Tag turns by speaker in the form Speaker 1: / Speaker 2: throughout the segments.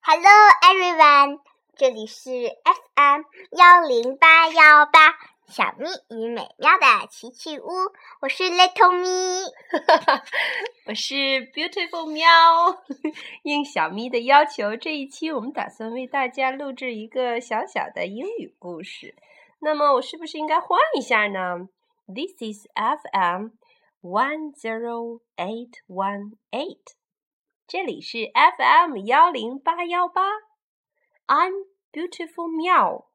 Speaker 1: Hello everyone，这里是 FM 幺零八幺八小咪与美妙的奇趣屋，我是 Little 咪。
Speaker 2: 我是 Beautiful 喵，应小咪的要求，这一期我们打算为大家录制一个小小的英语故事。那么我是不是应该换一下呢？This is FM one zero eight one eight，这里是 FM 幺零八幺八。I'm Beautiful 喵，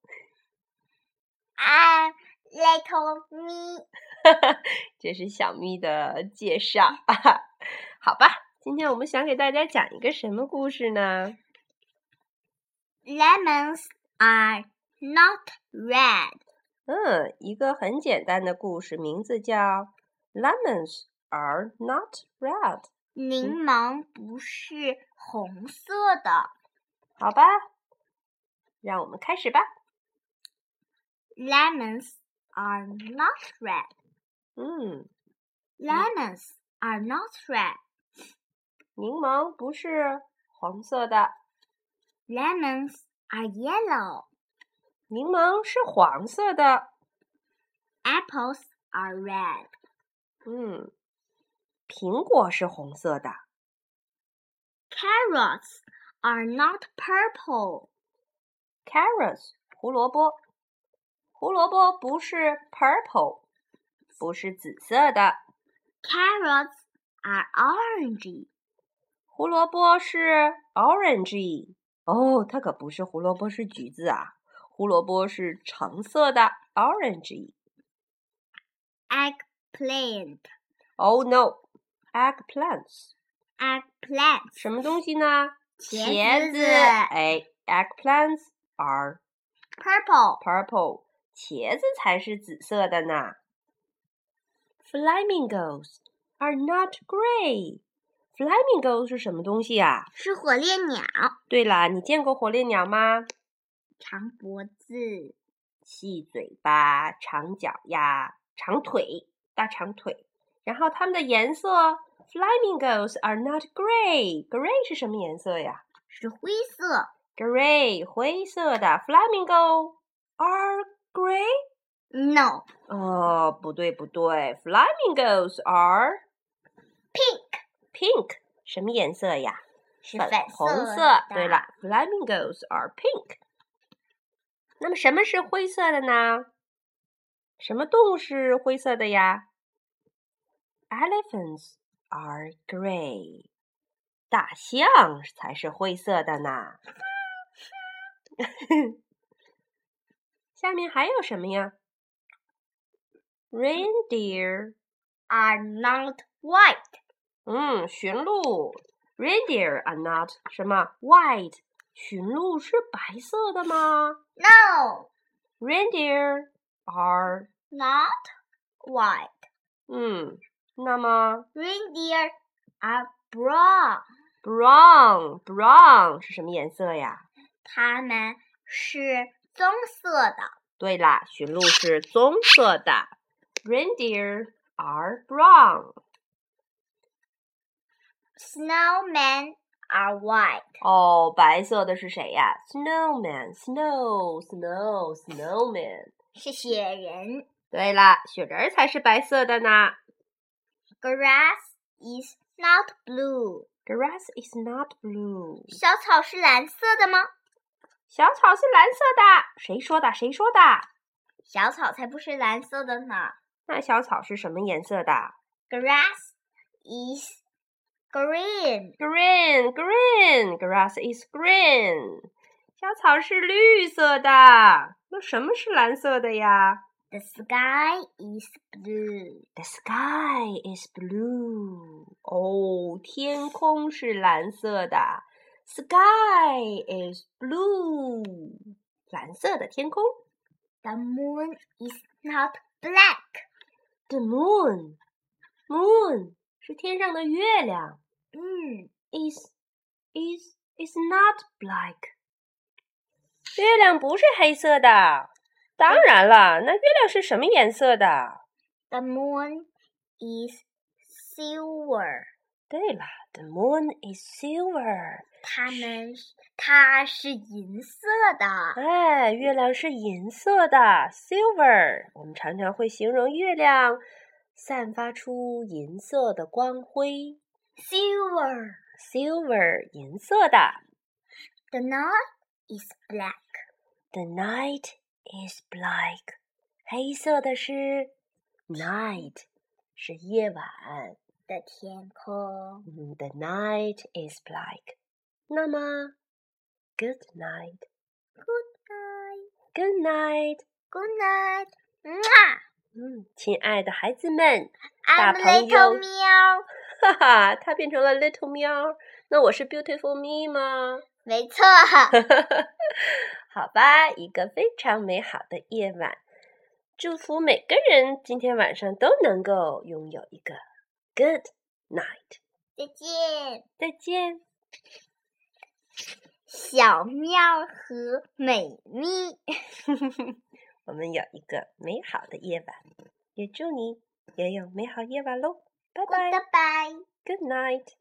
Speaker 1: I'm Little 咪。
Speaker 2: 这是小咪的介绍。 好吧，今天我们想给大家讲一个什么故事呢？
Speaker 1: Lemons are not red。
Speaker 2: 嗯，一个很简单的故事，名字叫《Lemons Are Not Red》。
Speaker 1: 柠檬不是红色的。
Speaker 2: 好吧，让我们开始吧。
Speaker 1: Lemons are not red.
Speaker 2: 嗯，
Speaker 1: Lemons are not red.
Speaker 2: 柠檬不是红色的，
Speaker 1: Lemons are yellow.
Speaker 2: 柠檬是黄色的。
Speaker 1: Apples are red.
Speaker 2: 嗯，苹果是红色的，
Speaker 1: Carrots are not purple.
Speaker 2: carrots 胡萝卜，胡萝卜不是 purple，不是紫色的，
Speaker 1: Carrots are orangey.
Speaker 2: 胡萝卜是 orangey。哦，它可不是胡萝卜，是橘子啊。胡萝卜是橙色的 orangey。
Speaker 1: Eggplant.
Speaker 2: Oh no，eggplants
Speaker 1: ，eggplant，
Speaker 2: 什么东西呢？
Speaker 1: 茄子
Speaker 2: 哎，eggplants are
Speaker 1: purple
Speaker 2: purple，茄子才是紫色的呢。Flamingos are not gray。Flamingo 是什么东西啊？
Speaker 1: 是火烈鸟，
Speaker 2: 对啦，你见过火烈鸟吗？
Speaker 1: 长脖子，
Speaker 2: 细嘴巴、长脚呀、长腿、大长腿。然后它们的颜色，Flamingos are not gray。gray 是什么颜色呀
Speaker 1: 是灰色。
Speaker 2: ？gray 灰色的，Flamingo are gray。
Speaker 1: No,
Speaker 2: 哦，不对不对，flamingos are
Speaker 1: pink
Speaker 2: pink，什么颜色呀？
Speaker 1: 是
Speaker 2: 粉
Speaker 1: 粉
Speaker 2: 红
Speaker 1: 色
Speaker 2: 色。
Speaker 1: 的
Speaker 2: 对了，flamingos are pink。那么什么是灰色的呢？什么动物是灰色的呀？Elephants are gray。大象才是灰色的呢。 下面还有什么呀？Reindeer
Speaker 1: are not white.
Speaker 2: 嗯，驯鹿，reindeer are not 什么 white，驯鹿是白色的吗
Speaker 1: No,
Speaker 2: ？reindeer are
Speaker 1: not white.
Speaker 2: 嗯，那么
Speaker 1: Reindeer are brown.
Speaker 2: brown brown 是什么颜色呀？
Speaker 1: 它们是棕色的。
Speaker 2: 对啦，驯鹿是棕色的，reindeer are brown。
Speaker 1: Snowmen are white.
Speaker 2: 哦，白色的是谁呀？snowman snow snow snowman。
Speaker 1: 是雪人。
Speaker 2: 对啦，雪人儿才是白色的呢。
Speaker 1: Grass is not blue.
Speaker 2: Grass is not blue。
Speaker 1: 小草是蓝色的吗？
Speaker 2: 小草是蓝色的，谁说的？谁说的？
Speaker 1: 小草才不是蓝色的呢。
Speaker 2: 那小草是什么颜色的
Speaker 1: Grass is green.
Speaker 2: ？Green, green, grass is green。小草是绿色的，那什么是蓝色的呀
Speaker 1: The sky is blue.
Speaker 2: ？The sky is blue。哦，天空是蓝色的，sky is blue。蓝色的天空。
Speaker 1: The moon is not black.
Speaker 2: The moon, moon 是天上的月亮。
Speaker 1: 嗯
Speaker 2: is is is not black。月亮不是黑色的，当然了，那月亮是什么颜色的
Speaker 1: ，The moon is silver.
Speaker 2: 对了，The moon is silver。
Speaker 1: 它们是它是银色的，
Speaker 2: 哎，月亮是银色的，silver。我们常常会形容月亮散发出银色的光辉
Speaker 1: silver。
Speaker 2: ，silver 银色的。
Speaker 1: The night is black，
Speaker 2: The night is black，黑色的是 night，是夜晚。
Speaker 1: 的天空。
Speaker 2: 嗯，The night is black。那么，good night，good
Speaker 1: Good night,
Speaker 2: night。
Speaker 1: good night，mwah!
Speaker 2: 嗯，亲爱的孩子们，
Speaker 1: I'm
Speaker 2: 大朋友
Speaker 1: little meow。
Speaker 2: 哈哈，它变成了 little 喵。那我是 beautiful me 吗？
Speaker 1: 没 错，
Speaker 2: 好吧，一个非常美好的夜晚，祝福每个人今天晚上都能够拥有一个 good night。
Speaker 1: 再见。
Speaker 2: 再见。
Speaker 1: 小喵和美咪。
Speaker 2: 我们有一个美好的夜晚，也祝你也有美好夜晚喽，拜拜
Speaker 1: Goodbye.
Speaker 2: ，Good night。